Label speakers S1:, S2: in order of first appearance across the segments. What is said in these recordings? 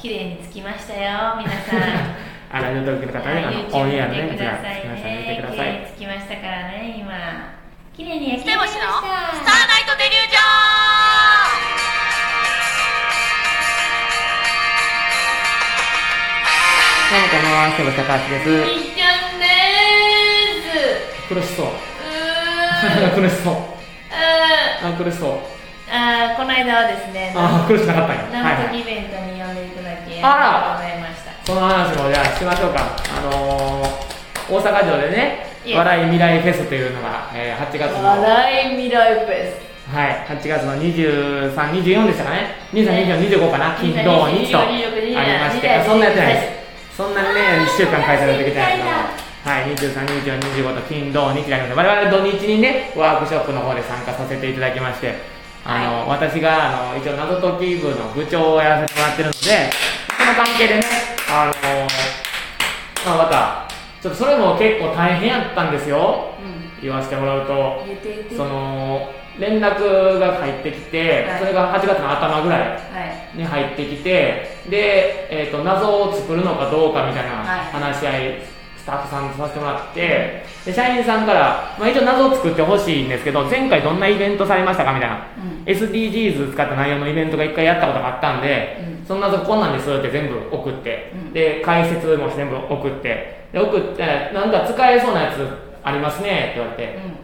S1: 綺麗につきましたよ皆さん
S2: あラジオトークの方ね、あの
S1: YouTube
S2: オンエアの
S1: 見
S2: ね、
S1: て
S2: こ
S1: く
S2: ちら、
S1: だ
S2: つき
S1: さい
S2: ましたね、見
S1: ね
S2: てくだ
S1: 綺
S2: さ
S1: 麗に
S2: い。
S1: つきましたからね今綺麗に焼き
S3: 北
S1: 上がりま
S3: 星
S1: し
S3: の
S1: た
S3: スターナイトデリュージ
S2: どうもこんばんは、セブ高橋で
S1: 一ちゃんです
S2: す。苦しそう。
S1: うーん
S2: 苦しそう。
S1: あ
S2: あ、苦しそう。
S1: ーこの間はですね
S2: あ、苦しくなかったんや。
S1: なん
S2: は
S1: と
S2: い。
S1: イベントに呼んでいただき
S2: あら
S1: ありがとうございました
S2: その話もじゃあしましょうか。あのー、大阪城でね、
S1: いえ
S2: 笑い未来フェスというのが、えー、8月の、はい、
S1: 笑い未来フェス
S2: 8月の23、24でしたかね。23、24、25かな、金、土、日とありまして、そんなやってないです。そんなにね、1週間開催できてないのはい、23、24、25と金、土、日だけで、我々土日にね、ワークショップの方で参加させていただきまして、あの、私が、あの、一応謎解き部の部長をやらせてもらってるので、その関係でね、あの、まあ、また、ちょっとそれも結構大変やったんですよ、
S1: うん
S2: 言わせてもらうと。
S1: 言って言って
S2: そ
S1: は
S2: の連絡が入ってきて、
S1: はい
S2: それが8月の頭ぐらい
S1: い
S2: に入ってきてで、えー、と謎を作るのかどうかみたいな
S1: はい
S2: 話し合いスタッフさんとさせてもらってで社員さんから、まあ、一応謎を作ってほしいんですけど前回どんなイベントされましたかみたいな
S1: うん
S2: SDGs 使った内容のイベントが1回やったことがあったんで、
S1: う
S2: そんなとここんなんですって全部送って、
S1: うん
S2: で解説も全部送ってで送ってなんか使えそうなやつありますねって言われて、
S1: うん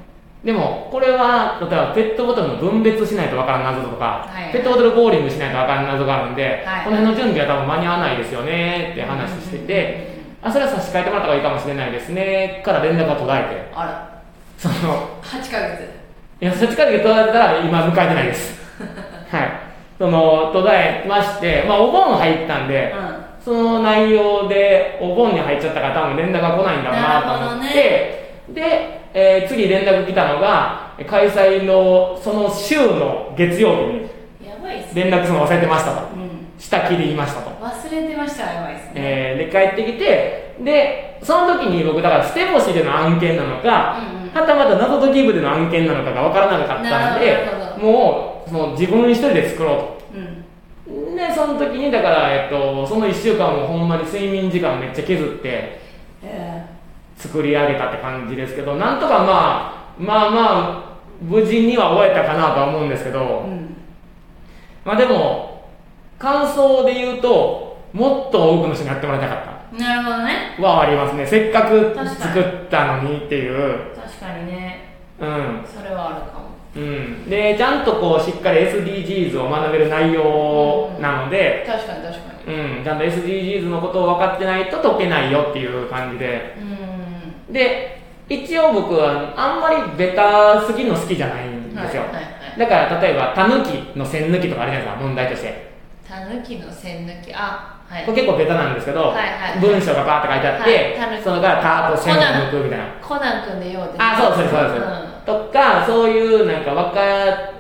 S2: でもこれは例えばペットボトルの分別しないとわからん謎とか、
S1: はい
S2: ペットボトルボーリングしないとわからん謎があるんで、
S1: はい
S2: この辺の準備は多分間に合わないですよねって話してて、あそれは差し替えてもらった方がいいかもしれないですねから連絡が途絶 えて
S1: あら
S2: その
S1: 8ヶ月
S2: いや差し替えて途絶えたら今迎えてないですはいその途絶えましてまあお盆入ったんで、
S1: うん
S2: その内容でお盆に入っちゃったから多分連絡が来ないんだろうなと思って、
S1: な
S2: で、えー次連絡来たのが開催のその週の月曜日に
S1: やばいっすね
S2: 連絡するの忘れてましたと
S1: うん
S2: したきり言いましたと、
S1: 忘れてましたやばいっすね
S2: えーで帰ってきてでその時に僕だから捨て星での案件なのか、
S1: うんうん
S2: はたまた謎解き部での案件なのかが分からなかったん
S1: な
S2: で
S1: るほどなるほ
S2: もうその自分一人で作ろうと
S1: うん
S2: でその時にだから、えっと、その1週間もほんまに睡眠時間めっちゃ削って
S1: え
S2: 作り上げたって感じですけどなんとかまあまあまあ無事には終えたかなとは思うんですけ
S1: ーう
S2: ど
S1: ん
S2: まあでも感想で言うともっと多くの人にやってもらいたかっ
S1: なるほどね
S2: たはありますねせっかく
S1: かに
S2: 作ったのにっていう
S1: 確かにね
S2: うん
S1: それはあるかも
S2: うんでちゃんとこうしっかり SDGs を学べる内容なので、
S1: 確かに確かに
S2: うん、ちゃんと SDGs のことを分かってないと解けないよっていう感じで。
S1: うん
S2: で、一応僕はあんまりベタすぎるの好きじゃないんですよ。
S1: はいはいはい
S2: だから例えば、タヌキの線抜きとかあるじゃないですか、問題として。
S1: たぬきの線抜きあはい
S2: これ結構ベタなんですけど、
S1: はいはい
S2: 文章がバーって書いてあって、
S1: はいタヌキ
S2: そのからタと線を抜くみたいな。
S1: コナン君でようです
S2: あ、そうです、そうです。とか、そういうなんかわか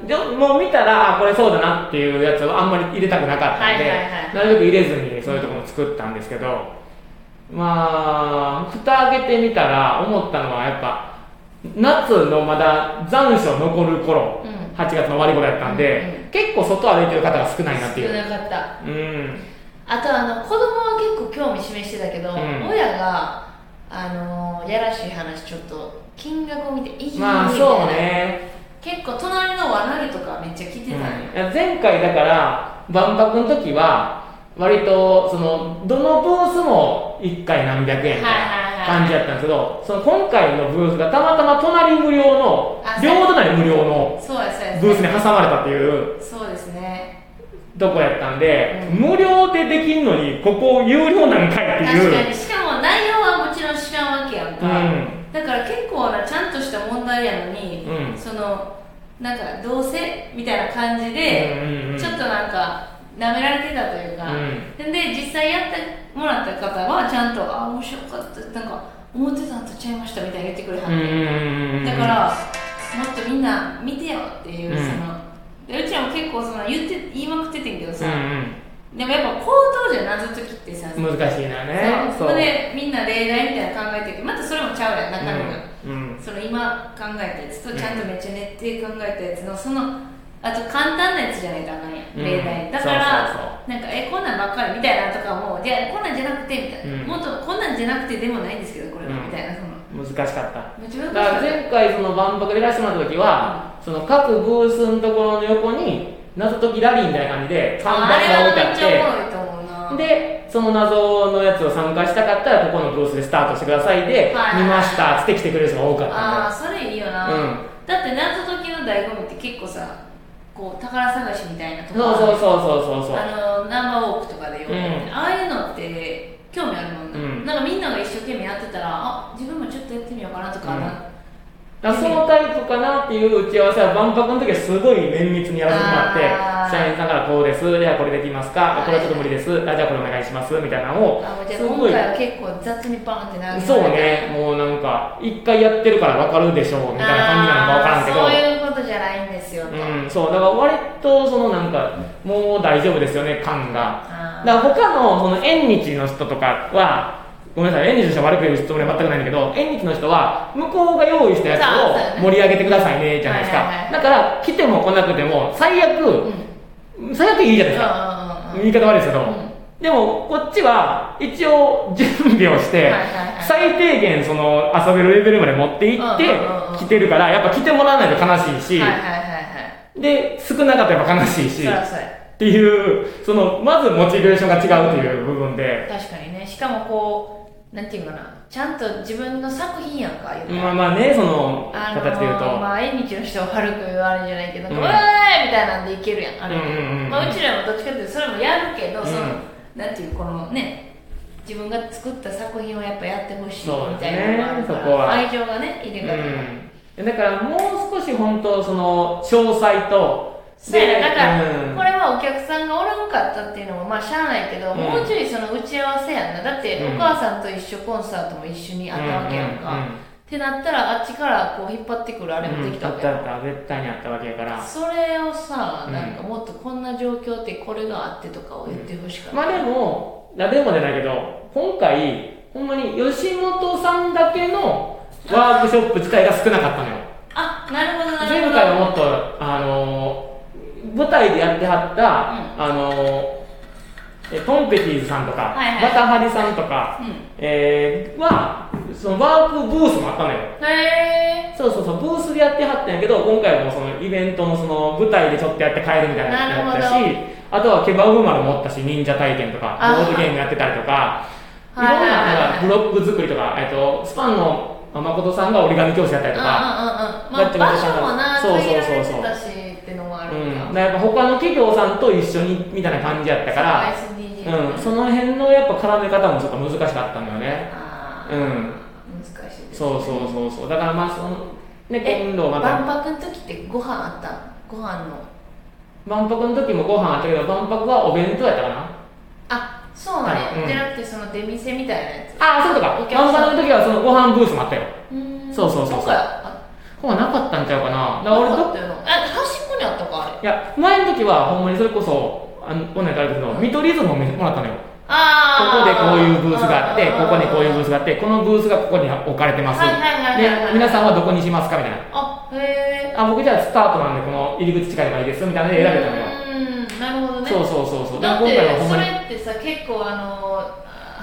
S2: でもう見たら、あ、これそうだなっていうやつをあんまり入れたくなかったんで、
S1: はいはいはい
S2: なるべく入れずにそういうとこも作ったんですけど、まあ、蓋開けてみたら思ったのはやっぱ、夏のまだ残暑残る頃、
S1: うん
S2: 8月の終わり頃やったんで、
S1: うん
S2: 結構外歩いてる方が少ないなってい
S1: 少
S2: う。
S1: なかった
S2: うん。
S1: あとあの子供は結構興味示してたけど、
S2: うん
S1: 親があのーやらしい話ちょっと金額を見ていいみたいな、
S2: まあ、そうね。
S1: 結構隣の輪投げとかめっちゃ聞いてたんよ、
S2: うんいや前回だから万博の時は割とそのどのブースも1回何百円みたいな感じだったんですけどその今回のブースがたまたま隣無料の
S1: あそう
S2: 両隣無料の
S1: そうですそうです
S2: ブースに挟まれたっていう
S1: そうですね
S2: とこやったんで、
S1: うん
S2: 無料でできんのにここ有料なんかいって
S1: 確
S2: い
S1: か
S2: う
S1: にしかも内容はもちろん知らんわけやんか、
S2: うん
S1: だから結構なちゃんとした問題やのに、
S2: うん
S1: そのなんかどうせみたいな感じで、
S2: うんうんうん
S1: ちょっとなんか舐められてたというか、
S2: う
S1: で実際やってもらった方はちゃんと「あ面白かったなんか思ってたんとちゃいました」みたいな言ってくれはっ
S2: うんうん
S1: て、
S2: うんうん
S1: だからもっとみんな見てよっていう、
S2: うん
S1: そのでうちらも結構その言って言いまくっててんけどさ、
S2: う
S1: でもやっぱ口頭じゃ謎解きってさ、
S2: んうん難しいなね
S1: そうそこでみんな例題みたいなの考えててまたそれもちゃうやん中身が、
S2: うんうん
S1: その今考えたやつとちゃんとめっちゃ練って考えたやつのそのあと簡単なやつじゃないとあかんやん、
S2: うん
S1: 例題だから
S2: そうそうそう
S1: なんかえこんなんばっかりみたいなとかもいやこんなんじゃなくてみたいな、
S2: うん
S1: もっとこんなんじゃなくてでもないんですけどこれは、みたいなその
S2: 難しかった
S1: めっちゃ
S2: だか
S1: 難しい
S2: ら前回その万博でいらっしゃった時は、その各ブースのところの横に謎解きラリーみたいな感じで看板
S1: あれ
S2: が置い
S1: は
S2: てあ
S1: め
S2: っ
S1: ってちゃおもろいと思うな
S2: でその謎のやつを参加したかったらここのブースでスタートしてくださいで、
S1: はい
S2: 見ましたっつって来てくれる人が多かった
S1: あ
S2: ん
S1: あそれいいよ
S2: だ
S1: な、
S2: よ
S1: だって謎解きの醍醐味って結構さこう宝探しみたいなと
S2: うん、
S1: こ
S2: そうそうそうそうそうそう
S1: あのナンバーウォークとかでよくやるね、
S2: うん
S1: ああいうのって興味あるもんな、
S2: うん
S1: なんかみんなが一生懸命やってたらあ自分もちょっとやってみようかなとかな、
S2: うんだからそのタイプかなっていう打ち合わせは万博の時はすごい綿密にやらせても
S1: あ
S2: らっ
S1: ー
S2: て社員さんからこうですではこれできます
S1: は
S2: か、
S1: い
S2: これはちょっと無理ですあじゃあこれお願いしますみたいなのを
S1: あもうじゃあ
S2: すご
S1: 今
S2: い
S1: 回は結構雑にバーンって投げられた
S2: そうねもうなんか一回やってるから分かるでしょうみたいな感じなのか
S1: あーそういうこと
S2: 分からんけど
S1: じゃないんですよと、
S2: うん、そうだから割とそのなんかもう大丈夫ですよね感が
S1: あ
S2: だ
S1: ー
S2: から他のその縁日の人とかはごめんなさい縁日の人は悪く言うつもりは全くないんだけど縁日の人は向こうが用意したや
S1: そうそうだ
S2: つを
S1: ね
S2: 盛り上げてくださいねじゃないです
S1: は
S2: か、
S1: いはいはい
S2: だから来ても来なくても最
S1: うん
S2: 悪最悪いいじゃないです
S1: う
S2: か、
S1: んうんうん
S2: 言い方悪いですけど、
S1: うん
S2: でもこっちは一応準備をして、
S1: はいはいはい
S2: 最低限その遊べるレベルまで持っていっ
S1: う
S2: て
S1: んうんうんうん
S2: 来てるからやっぱ来てもらわないと悲しいし、
S1: はいはいはいはい
S2: で少なかったら悲しい
S1: そ
S2: し
S1: り
S2: っ
S1: ゃそうや
S2: ていうそのまずモチベーションが違うっていう部分で
S1: 確かにねしかもこうなんていうかなちゃんと自分の作品やんか言うたら
S2: まあまあねその
S1: あのー
S2: 形で言うと、
S1: まあ、縁日の人を悪く言われるんじゃないけど、
S2: うん
S1: うわーいみたいなんでいけるやん、あれ、
S2: うんうんうんうん
S1: まあ、うちらもどっちかっていうと、それもやるけど、
S2: うん
S1: その、なんていう、このね、自分が作った作品をやっぱやってほしい
S2: そう
S1: み
S2: です
S1: た
S2: ね
S1: いなのがあるか
S2: そこは
S1: ら、愛情がね、入れ替わる。
S2: うんだからもう少し本当その詳細と
S1: そうやなだから、
S2: うん
S1: これはお客さんがおらんかったっていうのもまあしゃあないけど、
S2: うん
S1: もうちょいその打ち合わせやんなだって、
S2: うん
S1: お母さんと一緒コンサートも一緒にあったわけやんか、
S2: うんうんうん
S1: ってなったらあっちからこう引っ張ってくるあれもできた
S2: うん
S1: わ
S2: あっ
S1: けやん
S2: たあった絶対にあったわけやから
S1: それをさ
S2: うん
S1: なんかもっとこんな状況ってこれがあってとかを言ってほしかった、
S2: まあでも、なでもじゃないけど、今回、ほんまに吉本さんだけのワークショップ使いが少なかったのよ。
S1: あなるほどなる
S2: 前
S1: ほど
S2: 回はもっと、あのー舞台でやってはった、あのーえトンペティーズさんと
S1: は
S2: か、
S1: いはい
S2: バタハリさんとか、
S1: う
S2: えーは、そのワークブースもあったのよ。
S1: んへえ
S2: そうそうそう、ブースでやってはったんやけど、今回はもうそのイベントのその舞台でちょっとやって帰るみたいなのやったし
S1: なる、
S2: あとはケバブ丸もおったし、忍者体験とか、
S1: あ
S2: ボードゲームやってたりとか、いろん
S1: はい
S2: な
S1: はいはい
S2: なんかブロック作りとか、えっと、スパンの誠さんが折り紙教師やったりと
S1: う
S2: か、
S1: んうんうんうんまあ場所もな
S2: そうそう
S1: 限
S2: そう
S1: られ
S2: そ
S1: てた
S2: う
S1: しってのもある
S2: うん、だ
S1: か
S2: からやっぱ他の企業さんと一緒にみたいな感じやったから、
S1: そう SDGs ね
S2: うん、その辺のやっぱ絡め方もちょっと難しかったんだよね。
S1: あ
S2: う
S1: ー
S2: ん、
S1: 難しいです
S2: そうそうそうそう、だからまあその、ね、
S1: え
S2: 今度また
S1: 万。博の時ってご飯あったご飯の
S2: 万博の時もご飯あったけど万博はお弁当やったかな
S1: あそうなんや、
S2: うん
S1: じゃなくてその出店みたいなやつ
S2: ああそうとか
S1: お客さん
S2: 万博の時はそのご飯ブースもあったよ
S1: うん
S2: そうそうそうそう
S1: 今回あ
S2: ほんまなかったんちゃうかなだから
S1: な
S2: 俺
S1: か
S2: ど
S1: ったよなあ端っこにあったかあれ
S2: いや前の時はほんまにそれこそあのこんなんやったらあれだけど見取り図ももらったのよここでこういうブースがあってここにこういうブー
S1: ス
S2: スがあってこのブースがここに置かれてます
S1: はいはいはいはいはい
S2: で皆さんはどこにしますかみたいな
S1: あへえ
S2: あ僕じゃあスタートなんでこの入り口近いのがいいですみたいなので選べたのよ
S1: うんなるほどね
S2: そうそうそうそうだ
S1: だ
S2: か
S1: っ
S2: ら今回は
S1: て
S2: ほん
S1: そ
S2: まに
S1: れってさ結構あ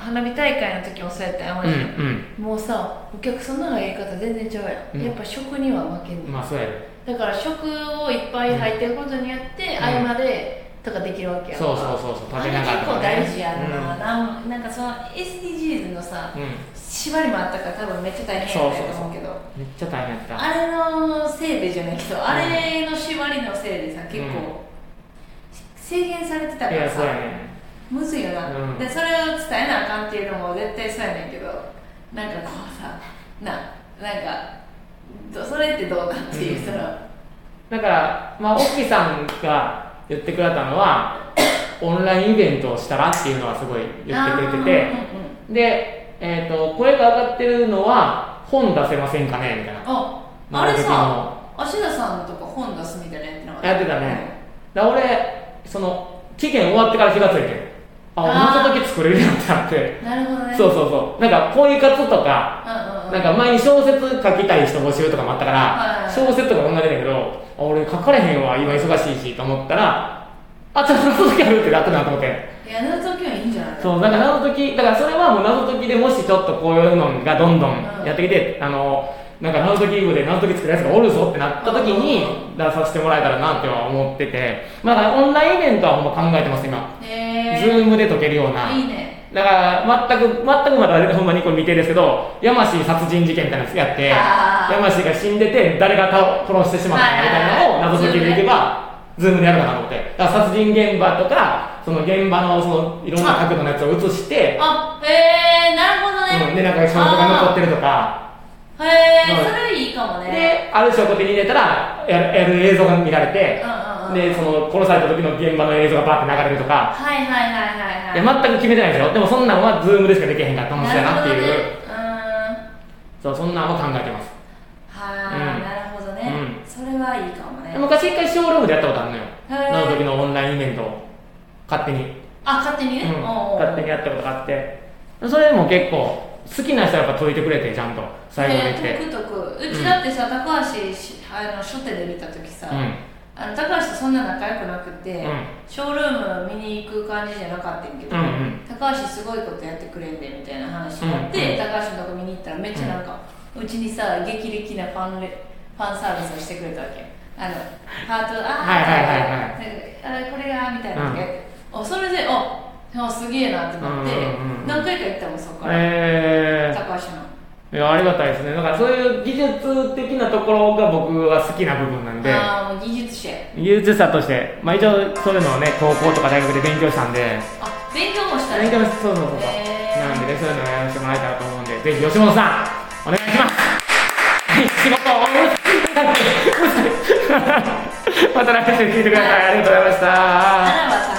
S1: の花火大会の時もそうやったよマ
S2: う
S1: ジ
S2: ん
S1: で、
S2: うん
S1: もうさお客さんのやり方全然ちゃうやん、
S2: うん
S1: やっぱ食には負けんねん
S2: まあそうやで
S1: だから食をいっぱい入ってることによって、
S2: うん
S1: 合間でとかできるわけやんか
S2: そうそうそうそう食べながらとか
S1: あれ結構大事やんな、
S2: うん
S1: なん、なんかその SDGs のさ
S2: うん
S1: 縛りもあったから多分めっちゃ大変やったと思うけど
S2: めっちゃ大変やった
S1: あれのせいでじゃないけどあれの縛りのせいでさ結構、
S2: うん
S1: 制限されてたか
S2: いや
S1: ら
S2: そうや
S1: さ
S2: ね
S1: むずいよな、
S2: うん
S1: でそれを伝えなあかんっていうのも絶対そうやねんけどなんかこうさななんかどそれってどうかっていう、
S2: うん
S1: その
S2: だからまあ沖さんが言ってくれたのは オンラインイベントをしたらっていうのはすごい言ってくれて
S1: あーう
S2: て
S1: んうんうん
S2: で、えー、と声が上がってるのは本出せませんかねみたいな
S1: あ、
S2: まあ
S1: あれ
S2: 別の
S1: さ、芦田さんとか本出すみたいなやってなかった
S2: やってたね。だから俺その期限終わってから気がついてあ
S1: あー
S2: 同じ時作れるようになって
S1: なるほどね。
S2: そう
S1: う。
S2: そうそうなんか恋活とか
S1: うんうんうん。
S2: なんか前に小説書きたい人募集とかもあったか
S1: はいはい
S2: ら、
S1: はい
S2: 小説とか同じだけど、あ俺書かれへんわ、今忙しいしと思ったら、あ、じゃあ謎解きあるってなったなと思って。
S1: いや謎解きはいいんじゃない
S2: そう、なんか謎解き、だからそれはもう謎解きでもしちょっとこういうのがどんどん
S1: うん
S2: やってきて、あの、なんか謎解き部で謎解き作るやつがおるぞってなった時に出させてもらえたらなっては思ってて、まあ、オンラインイベントはほんま考えてます、今。
S1: へ
S2: ズ
S1: え
S2: ームで解けるような。
S1: いいね
S2: だから全く全くまだほんまにこれ未定ですけど山氏殺人事件みたいなやつやって
S1: あー
S2: 山氏が死んでて誰が倒殺してしまったみたいなのを謎解きでいけばズームでやるかなと思ってだから殺人現場とかその現場のそのいろんな角度のやつを映して、
S1: あへえなるほどね、
S2: うん、でなんか証拠が残ってるとか
S1: あーへえ
S2: うん
S1: それいいかもね
S2: である証拠手に入れたらやるやる映像が見られて
S1: うんうんうん
S2: でその殺された時の現場の映像がバーって流れるとか
S1: はいはいはいはいはい
S2: いや全く決めてないですよでもそんなんはズームでしかできへんかったもんやなっていう、
S1: るほどねうーん
S2: そうそんなんは考えてます
S1: はあ、
S2: うん
S1: なるほどね、それはいいかもね
S2: 昔一回ショールームでやったことあるのよ
S1: へー
S2: 謎解きのオンラインイベントを勝手に、
S1: あ勝手にね、
S2: うん
S1: おうおう
S2: 勝手にやったことがあってそれも結構好きな人はやっぱ解いてくれてちゃんと最後まで来て、
S1: ねとくとくうちだってさ、高橋しあの書店で見た時さ、
S2: うん
S1: あの高橋とそんな仲良くなくて、
S2: うん
S1: ショールーム見に行く感じじゃなかったんやけど、
S2: うんうん
S1: 高橋すごいことやってくれんでみたいな話になって、
S2: うんうん
S1: 高橋のとこ見に行ったらめっちゃなんか、うちにさ激烈なファンレファンサービスをしてくれたわけあのハートあー
S2: はいはいはいはい
S1: であこれがみたいなので、おそれでおおすげえなってなって、
S2: うんうんうん
S1: 何回か行ったもんそこから、
S2: え
S1: 高橋の。
S2: ー、いやありがたいですねだからそういう技術的なところが僕は好きな部分なんで
S1: ああもう技術者
S2: 技術者として、まあ、一応そういうのをね高校とか大学で勉強したんで
S1: あ勉強もしたね
S2: 勉強もそうそうそうそう
S1: へー
S2: なんでねそういうのをやらせてもらえたらと思うんでぜひ吉本さんお願いしますはい仕事をうるさいうるさいまた来週聞いてくださいありがとうございました
S1: ならばさ